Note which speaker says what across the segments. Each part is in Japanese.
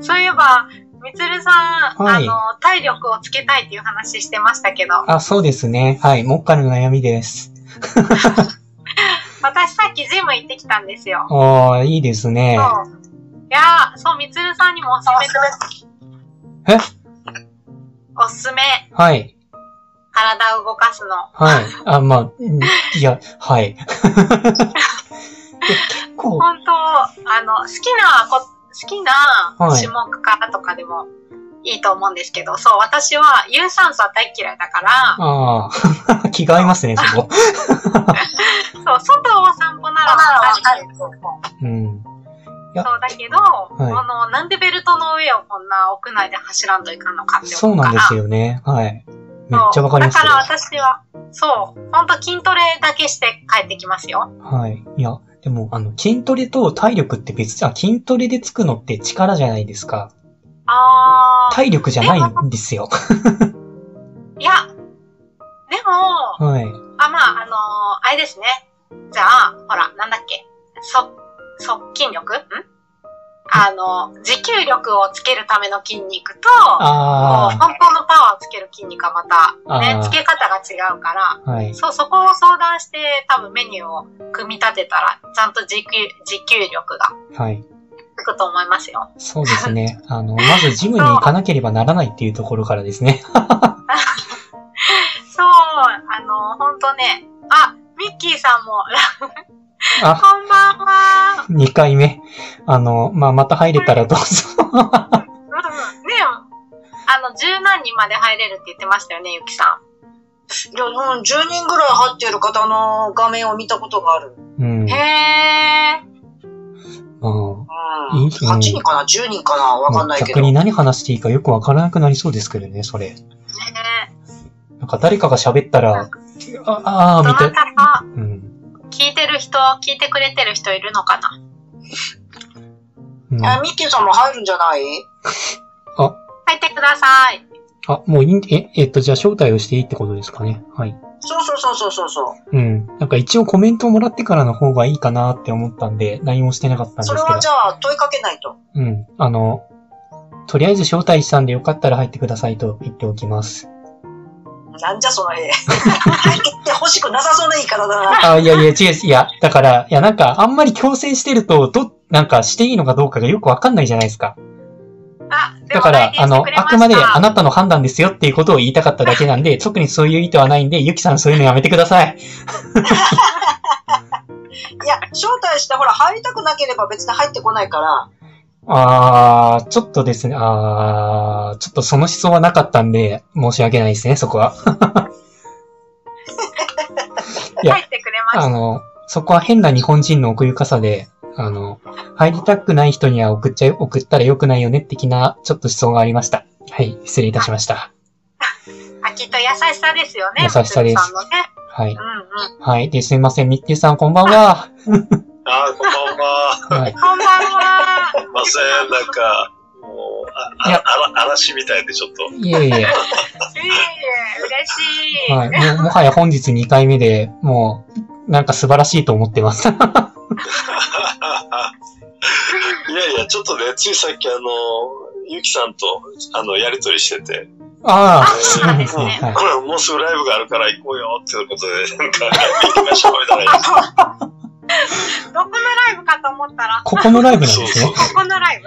Speaker 1: そういえば、みつるさん、
Speaker 2: はい
Speaker 1: あの、体力をつけたいっていう話してましたけど、
Speaker 2: あ、そうですね。はい。目下の悩みです。
Speaker 1: 私さっきジム行ってきたんですよ。
Speaker 2: おー、いいですね。
Speaker 1: そう。いやー、そう、みつるさんにもおすすめ
Speaker 2: え
Speaker 1: おすすめ、
Speaker 2: はい。
Speaker 1: 体を動かすの。
Speaker 2: はい。あ、まあ、うんいや、はい。い や結構、
Speaker 1: 本当、あの、好きなこ、好きな
Speaker 2: はい
Speaker 1: 種目からとかでもいいと思うんですけど、そう、私は有酸素は大嫌いだから、
Speaker 2: ああ、 気が合いますね、そこ。
Speaker 1: そう、外を散歩ならわかるけど、
Speaker 2: うん。や
Speaker 1: そうだけど、
Speaker 2: い
Speaker 1: あの、なんでベルトの上をこんな屋内で走らんといかんのかって
Speaker 2: そう
Speaker 1: 思う
Speaker 2: な
Speaker 1: か
Speaker 2: ん
Speaker 1: ら。
Speaker 2: ですよね。はい。めっちゃわかります
Speaker 1: そう
Speaker 2: よ
Speaker 1: だから私は、そう、ほんと筋トレだけして帰ってきますよ。
Speaker 2: はい。いや、でも、あの、筋トレと体力って別じゃ、筋トレでつくのって力じゃないですか。
Speaker 1: あー。
Speaker 2: 体力じゃないんですよ。
Speaker 1: いや、でも、
Speaker 2: はい。
Speaker 1: あ、まあ、あのーあれですね。じゃあ、ほら、なんだっけ。そ、側筋力んあの、持久力をつけるための筋肉と、こう
Speaker 2: あ
Speaker 1: 本当のパワーをつける筋肉はまた、
Speaker 2: あ
Speaker 1: ね
Speaker 2: ー、
Speaker 1: つけ方が違うから、
Speaker 2: あ、はい。
Speaker 1: そう、そこを相談して、多分メニューを組み立てたら、ちゃんと持久、持久力が
Speaker 2: はい。
Speaker 1: つくと思いますよ。
Speaker 2: そうですね。あの、まずジムに行かなければならないっていうところからですね。
Speaker 1: そう、あの、本当ね、あ、ミッキーさん も、
Speaker 2: あ、
Speaker 1: こんばんは。
Speaker 2: 2回目。あの、まあ、また入れたらどうぞ。
Speaker 1: うんねえ、あの、十何人まで入れるって言ってましたよね、ゆきさ
Speaker 3: いや、うん、10人ぐらい入ってる方の画面を見たことがある。
Speaker 2: うん
Speaker 1: ん。。へえ。
Speaker 2: うん
Speaker 3: うん。
Speaker 2: いいね
Speaker 3: 8人かな ?10 人かなわかんないけ
Speaker 2: 逆
Speaker 3: ど。
Speaker 2: に何話していいかよくわからなくなりそうですけどね、それ。
Speaker 1: ね
Speaker 2: なんか誰かが喋った
Speaker 1: な
Speaker 2: ら
Speaker 1: ん、
Speaker 2: あ、あ
Speaker 1: ど
Speaker 2: ー、みたい
Speaker 1: な
Speaker 2: な。
Speaker 1: たか
Speaker 2: うん。
Speaker 1: 聞いてる人、聞いてくれてる人いるのかな
Speaker 2: うん、
Speaker 3: え、
Speaker 2: あ、
Speaker 3: ミッキーさんも入るんじゃない
Speaker 1: 入ってください。
Speaker 2: もういいん、え、えっと、じゃあ招待をしていいってことですかね。はい。
Speaker 3: そうそうそうそうそうそう。
Speaker 2: うん。なんか一応コメントをもらってからの方がいいかなって思ったんで、何もしてなかったんです
Speaker 3: そ
Speaker 2: け
Speaker 3: れ
Speaker 2: ど。
Speaker 3: はじゃあ問いかけないと。
Speaker 2: うん。あの、とりあえず招待したんでよかったら入ってくださいと言っておきます。
Speaker 3: なんじゃその絵。入ってほしくなさそうな言い方だな。
Speaker 2: あ、いやいや、違うです。いや、だから、いや、なんか、あんまり強制してると、ど、なんか、していいのかどうかがよくわかんないじゃないですか。
Speaker 1: あ、で
Speaker 2: だ
Speaker 1: も
Speaker 2: から
Speaker 1: 来、店
Speaker 2: あ
Speaker 1: して
Speaker 2: の
Speaker 1: くれ、
Speaker 2: あ
Speaker 1: ま
Speaker 2: くまで
Speaker 1: した
Speaker 2: あなたの判断ですよっていうことを言いたかっただけ なんで、特にそういう意図はないんで、ゆきさんそういうのやめてください。
Speaker 3: いや、招待してほら、入りたくなければ別に入ってこないから。
Speaker 2: あー、ちょっとですね、あー、ちょっとその思想はなかったんで、申し訳ないですね、そこは。いや
Speaker 1: 入ってくれま
Speaker 2: あ
Speaker 1: し
Speaker 2: の、そこは変な日本人の奥ゆかさで、あの、入りたくない人には送っちゃ、送ったら良くないよね、的な、ちょっと思想がありました。はい、失礼いたしました。
Speaker 1: た。あ、きっと優しさですよね。
Speaker 2: 優しさです
Speaker 1: みつるさんのね。
Speaker 2: はい。
Speaker 1: うんうん。
Speaker 2: はい。で、すいません、ミッキーさん、こんばんは。
Speaker 4: あーこんばんは。
Speaker 2: はい。
Speaker 1: こんばんは。
Speaker 4: すいません、なんか、もう、あ、
Speaker 2: いや
Speaker 4: ああら、嵐みたいでちょっと。
Speaker 2: いえいえ。
Speaker 1: いえいえ、嬉しい。
Speaker 2: はい。ももはや本日2回目で、もう、なんか素晴らしいと思ってます。
Speaker 4: いやいや、ちょっとね、ついさっきあの、ゆきさんと、あの、やりとりしてて、
Speaker 2: ああ、
Speaker 1: そうなんですね
Speaker 2: はい
Speaker 4: これもうすぐライブがあるから行こうよっていうことで、なんか、行きましょうみたいな。
Speaker 1: どこのライブかと思ったら、こ
Speaker 2: ここのライ ブなんです
Speaker 4: そう
Speaker 2: ね。
Speaker 1: このライ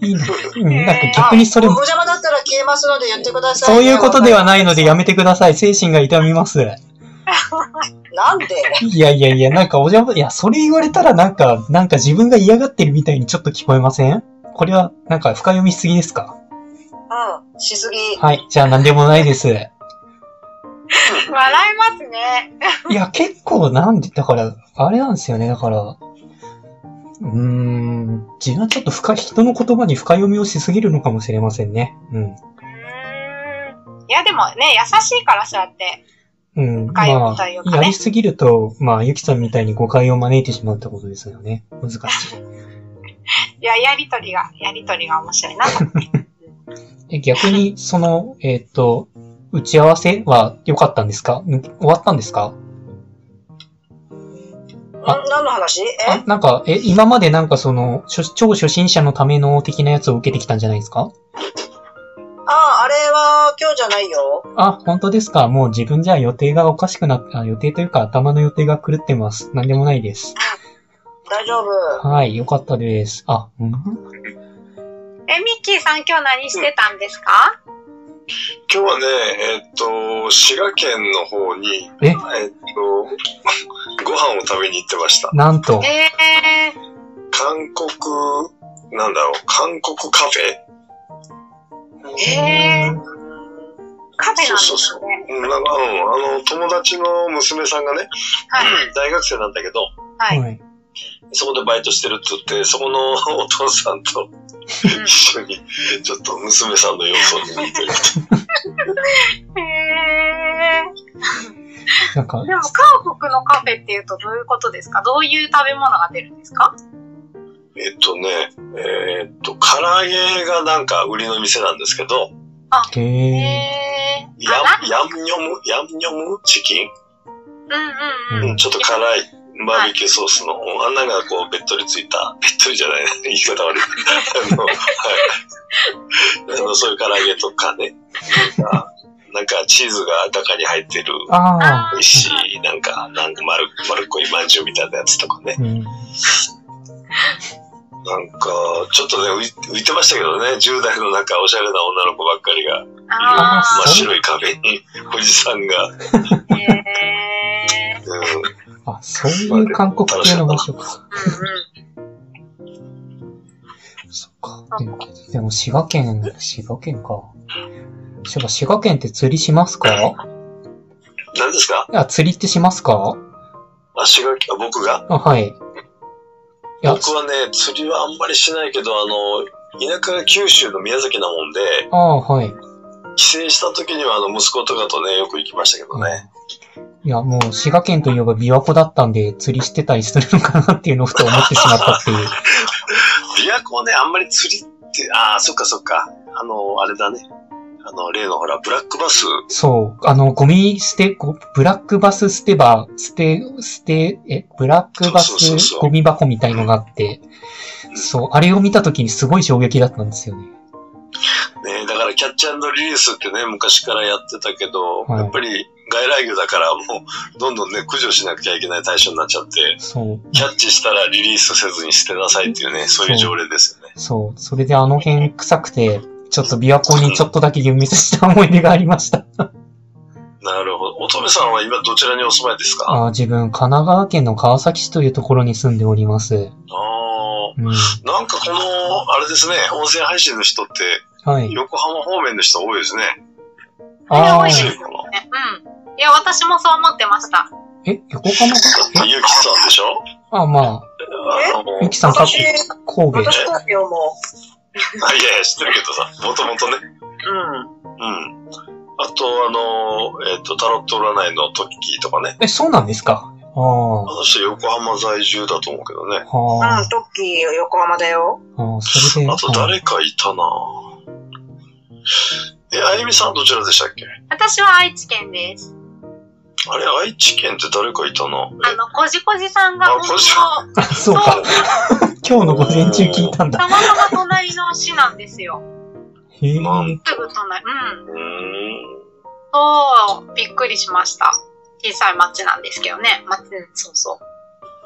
Speaker 1: ブ。
Speaker 2: いいな。うん、なんか逆にそれ
Speaker 3: おお
Speaker 2: も、
Speaker 3: 邪魔だったら消えますので言ってください
Speaker 2: そ
Speaker 3: ね、
Speaker 2: ういうことではないのでやめてください。精神が痛みます。
Speaker 3: なんで
Speaker 2: いやいやいや、なんかお邪魔、いや、それ言われたらなんか、なんか自分が嫌がってるみたいにちょっと聞こえませんこれは、なんか深読みしすぎですか
Speaker 3: うん、しすぎ。
Speaker 2: はい。じゃあ何でもないです。い
Speaker 1: 笑いますね。
Speaker 2: や、結構なんで、だから、あれなんですよね。だから、うーん、自分はちょっと深、人の言葉に深読みをしすぎるのかもしれませんね。うん。
Speaker 1: うーんいやでもね、優しいからそうやって。
Speaker 2: うん。ま
Speaker 1: 深い
Speaker 2: あ
Speaker 1: こと言う、かね
Speaker 2: やりすぎると、まあ、ゆきさんみたいに誤解を招いてしまうってことですよね。難しい。
Speaker 1: いや、やりとりが、やりとりが面白いな と。
Speaker 2: で逆に、その、えーっ、と、打ち合わせは良かったんですかん終わったんですかあ
Speaker 3: ん何の話
Speaker 2: あ
Speaker 3: え、
Speaker 2: なんか、え、今までなんかその、初超初心者のための的なやつを受けてきたんじゃないですか
Speaker 3: あ、あれは今日じゃないよ。
Speaker 2: あ、本当ですかもう自分じゃ予定がおかしくなっあ、予定というか頭の予定が狂ってます。なんでもないです。
Speaker 3: 大丈夫。
Speaker 2: はい、よかったです。あ、うん
Speaker 1: え、ミッキーさん今日何してたんですか
Speaker 4: 今日はね、えっと、滋賀県の方に、
Speaker 2: え
Speaker 4: っと、ご飯を食べに行ってました。
Speaker 2: なんと、
Speaker 1: えー、
Speaker 4: 韓国、なんだろう、韓国カフェ
Speaker 1: えー、カフェなんですね。
Speaker 4: そうそうそうんなんか、うん、あの、友達の娘さんがね、
Speaker 1: はい。
Speaker 4: 大学生なんだけど、
Speaker 1: はい。
Speaker 2: はい。
Speaker 4: そこでバイトしてるって言って、そこのお父さんと
Speaker 1: うん
Speaker 4: 一緒に、ちょっと娘さんの様子を見に 行ってる。
Speaker 1: へー
Speaker 2: な んか
Speaker 1: で、も韓国のカフェっていうとどういうことですかどういう食べ物が出るんですか
Speaker 4: えっとね、えーっと、唐揚げがなんか売りの店なんですけど、
Speaker 2: へ
Speaker 1: へ
Speaker 2: え
Speaker 1: えー。
Speaker 4: ヤ
Speaker 1: あ
Speaker 4: ンヤンニョム、ヤンニョムチキン、
Speaker 1: なうんうん
Speaker 2: う
Speaker 1: うんん。
Speaker 4: うん、ちょっと辛いバーベキューソースの、あんながこう、べっとりついた、べっとりじゃない、 言い方悪い。あの、はい。あの、そういう唐揚げとかね、なんか、なんかチーズが中に入ってる、
Speaker 2: ああ、
Speaker 4: 美味しい、なんか、なんか丸、丸っこいまんじゅうみたいなやつとかね。
Speaker 2: うん。
Speaker 4: なんか、ちょっとね、浮い浮いてましたけどね、10代のなんか、おしゃれな女の子ばっかりが、
Speaker 1: あ
Speaker 4: 真っ
Speaker 2: そ
Speaker 4: 白い壁におじさんが、うん、
Speaker 1: ーへー
Speaker 2: あ、そういう韓国系の場所か。
Speaker 1: う
Speaker 2: そっか。でも、でも滋賀県、滋賀県か。そういえば滋賀県って釣りしますか
Speaker 4: 何ですか
Speaker 2: あ、釣りってしますか
Speaker 4: 足があ僕が
Speaker 2: あ、はい。いや、
Speaker 4: 僕はね釣りはあんまりしないけどあの田舎が九州の宮崎なもんで
Speaker 2: ああ、はい。
Speaker 4: 帰省した時にはあの息子とかとねよく行きましたけどね、
Speaker 2: いや、もう、滋賀県といえば琵琶湖だったんで、釣りしてたりするのかなっていうのをふと思ってしまったっていう。
Speaker 4: 琵琶湖ねあんまり釣りってああそっかそっかあのあれだねあの例のほらブラックバス
Speaker 2: そう。あの、ゴミ捨て、ごブラックバス捨て場、捨て、捨て、え、ブラックバス
Speaker 4: そうそうそうそう
Speaker 2: ゴミ箱みたいのがあって、そう、あれを見た時にすごい衝撃だったんですよね。
Speaker 4: ねだからキャッチリリースってね昔からやってたけど、
Speaker 2: はい
Speaker 4: やっぱり外来魚だからもうどんどんね駆除しなきゃいけない対象になっちゃって
Speaker 2: そう。
Speaker 4: キャッチしたらリリースせずに捨てなさいっていうね、そういう条例ですよね。
Speaker 2: そう。それであの辺臭くて、ちょっと琵琶湖にちょっとだけ幻滅した思い出がありました。
Speaker 4: なるほど。乙女さんは今どちらにお住まいです かあ
Speaker 2: あ自分、神奈川県の川崎市というところに住んでおります。
Speaker 4: あ
Speaker 2: うん。
Speaker 4: ー。なんかこの、あれですね、音声配信の人って、
Speaker 2: はい。
Speaker 4: 横浜方面の人多いですね。
Speaker 2: あ
Speaker 1: 多
Speaker 2: あ
Speaker 1: いで
Speaker 4: い
Speaker 1: す
Speaker 4: る
Speaker 1: ね
Speaker 2: ー、
Speaker 4: かな
Speaker 1: うん。いや、私もそう思ってました。
Speaker 2: え、横浜
Speaker 4: だって、ゆきさんでしょ
Speaker 2: あ、ま
Speaker 4: あ
Speaker 2: あ、ゆ
Speaker 4: の、
Speaker 2: きさん、か
Speaker 3: 私、
Speaker 2: 神戸。
Speaker 3: 私だよ、も
Speaker 4: あいやいや、知ってるけどさ、もともとね。
Speaker 3: う。うん。
Speaker 4: うん。あと、あの、えっ、と、タロット占いのトッキーとかね。
Speaker 2: え、そうなんですかああ。
Speaker 4: あ
Speaker 2: は
Speaker 4: の人横浜在住だと思うけどね。
Speaker 3: う
Speaker 2: あ
Speaker 3: ん、。トッキー、横浜だよ。
Speaker 2: ああ、それで。
Speaker 4: あと
Speaker 2: あ
Speaker 4: 誰かいたなえ、あゆみさんどちらでしたっけ
Speaker 1: 私は愛知県です。
Speaker 4: あれ、愛知県って誰かいたな。
Speaker 1: あの、こじこじさんが
Speaker 4: あ
Speaker 1: 本
Speaker 4: こじ
Speaker 1: 当、
Speaker 2: そうか。今日の午前中聞いたんだ。
Speaker 1: たまたま隣の市なんですよ。
Speaker 2: へえ。
Speaker 4: なん
Speaker 1: すぐ隣。うん。
Speaker 4: うーん。
Speaker 1: そう、びっくりしました。小さい町なんですけどね。町、うんそうそう。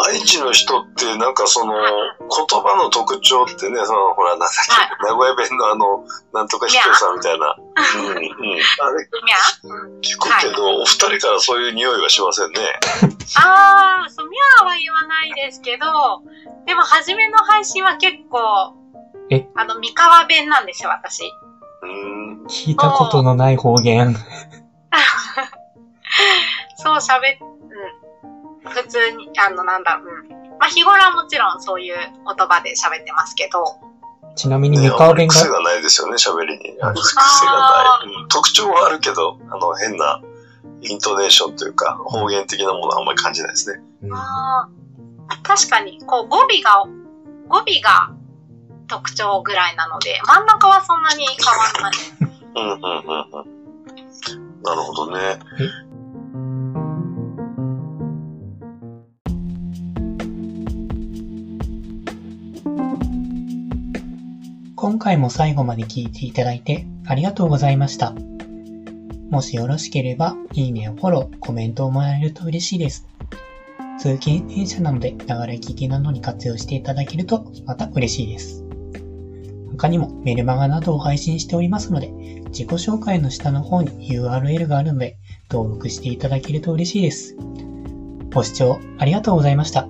Speaker 4: 愛知の人って、なんかその、
Speaker 1: うん
Speaker 4: 言葉の特徴ってね、その、ほら、なんだっ
Speaker 1: はい
Speaker 4: け、名古屋弁のあの、なんとかひとさんみたいな。うん、うん。あれ
Speaker 1: みゃうん
Speaker 4: 聞くけど、お二人からそういう匂いはしませんね。
Speaker 1: あー、そう、みゃーは言わないですけど、でも初めの配信は結構、
Speaker 2: え
Speaker 1: あの、三河弁なんですよ、私。
Speaker 4: うーん。
Speaker 2: 聞いたことのない方言。
Speaker 1: そう喋っ、うん。普通に、あの、なんだろう、うん。まあ、日頃はもちろんそういう言葉で喋ってますけど、
Speaker 2: ちなみに
Speaker 4: ね
Speaker 2: 三
Speaker 4: あんま
Speaker 2: 河
Speaker 4: り
Speaker 2: 弁
Speaker 4: 癖
Speaker 2: が、
Speaker 4: がないですよね、喋りに。あ癖がない、うん特徴はあるけど、あの、変な、イントネーションというか、方言的なものはあんまり感じないですね。
Speaker 2: うん
Speaker 1: あー確かに、こう、語尾が、語尾が特徴ぐらいなので、真ん中はそんなに変わらない。
Speaker 4: うん、うん、うん、うん。なるほどね。
Speaker 2: 今回も最後まで聞いていただいてありがとうございました。もしよろしければ、いいねをフォロー、コメントをもらえると嬉しいです。通勤電車なので、ながら聞きなどに活用していただけると、また嬉しいです。他にもメルマガなどを配信しておりますので、自己紹介の下の方に URL があるので、登録していただけると嬉しいです。ご視聴ありがとうございました。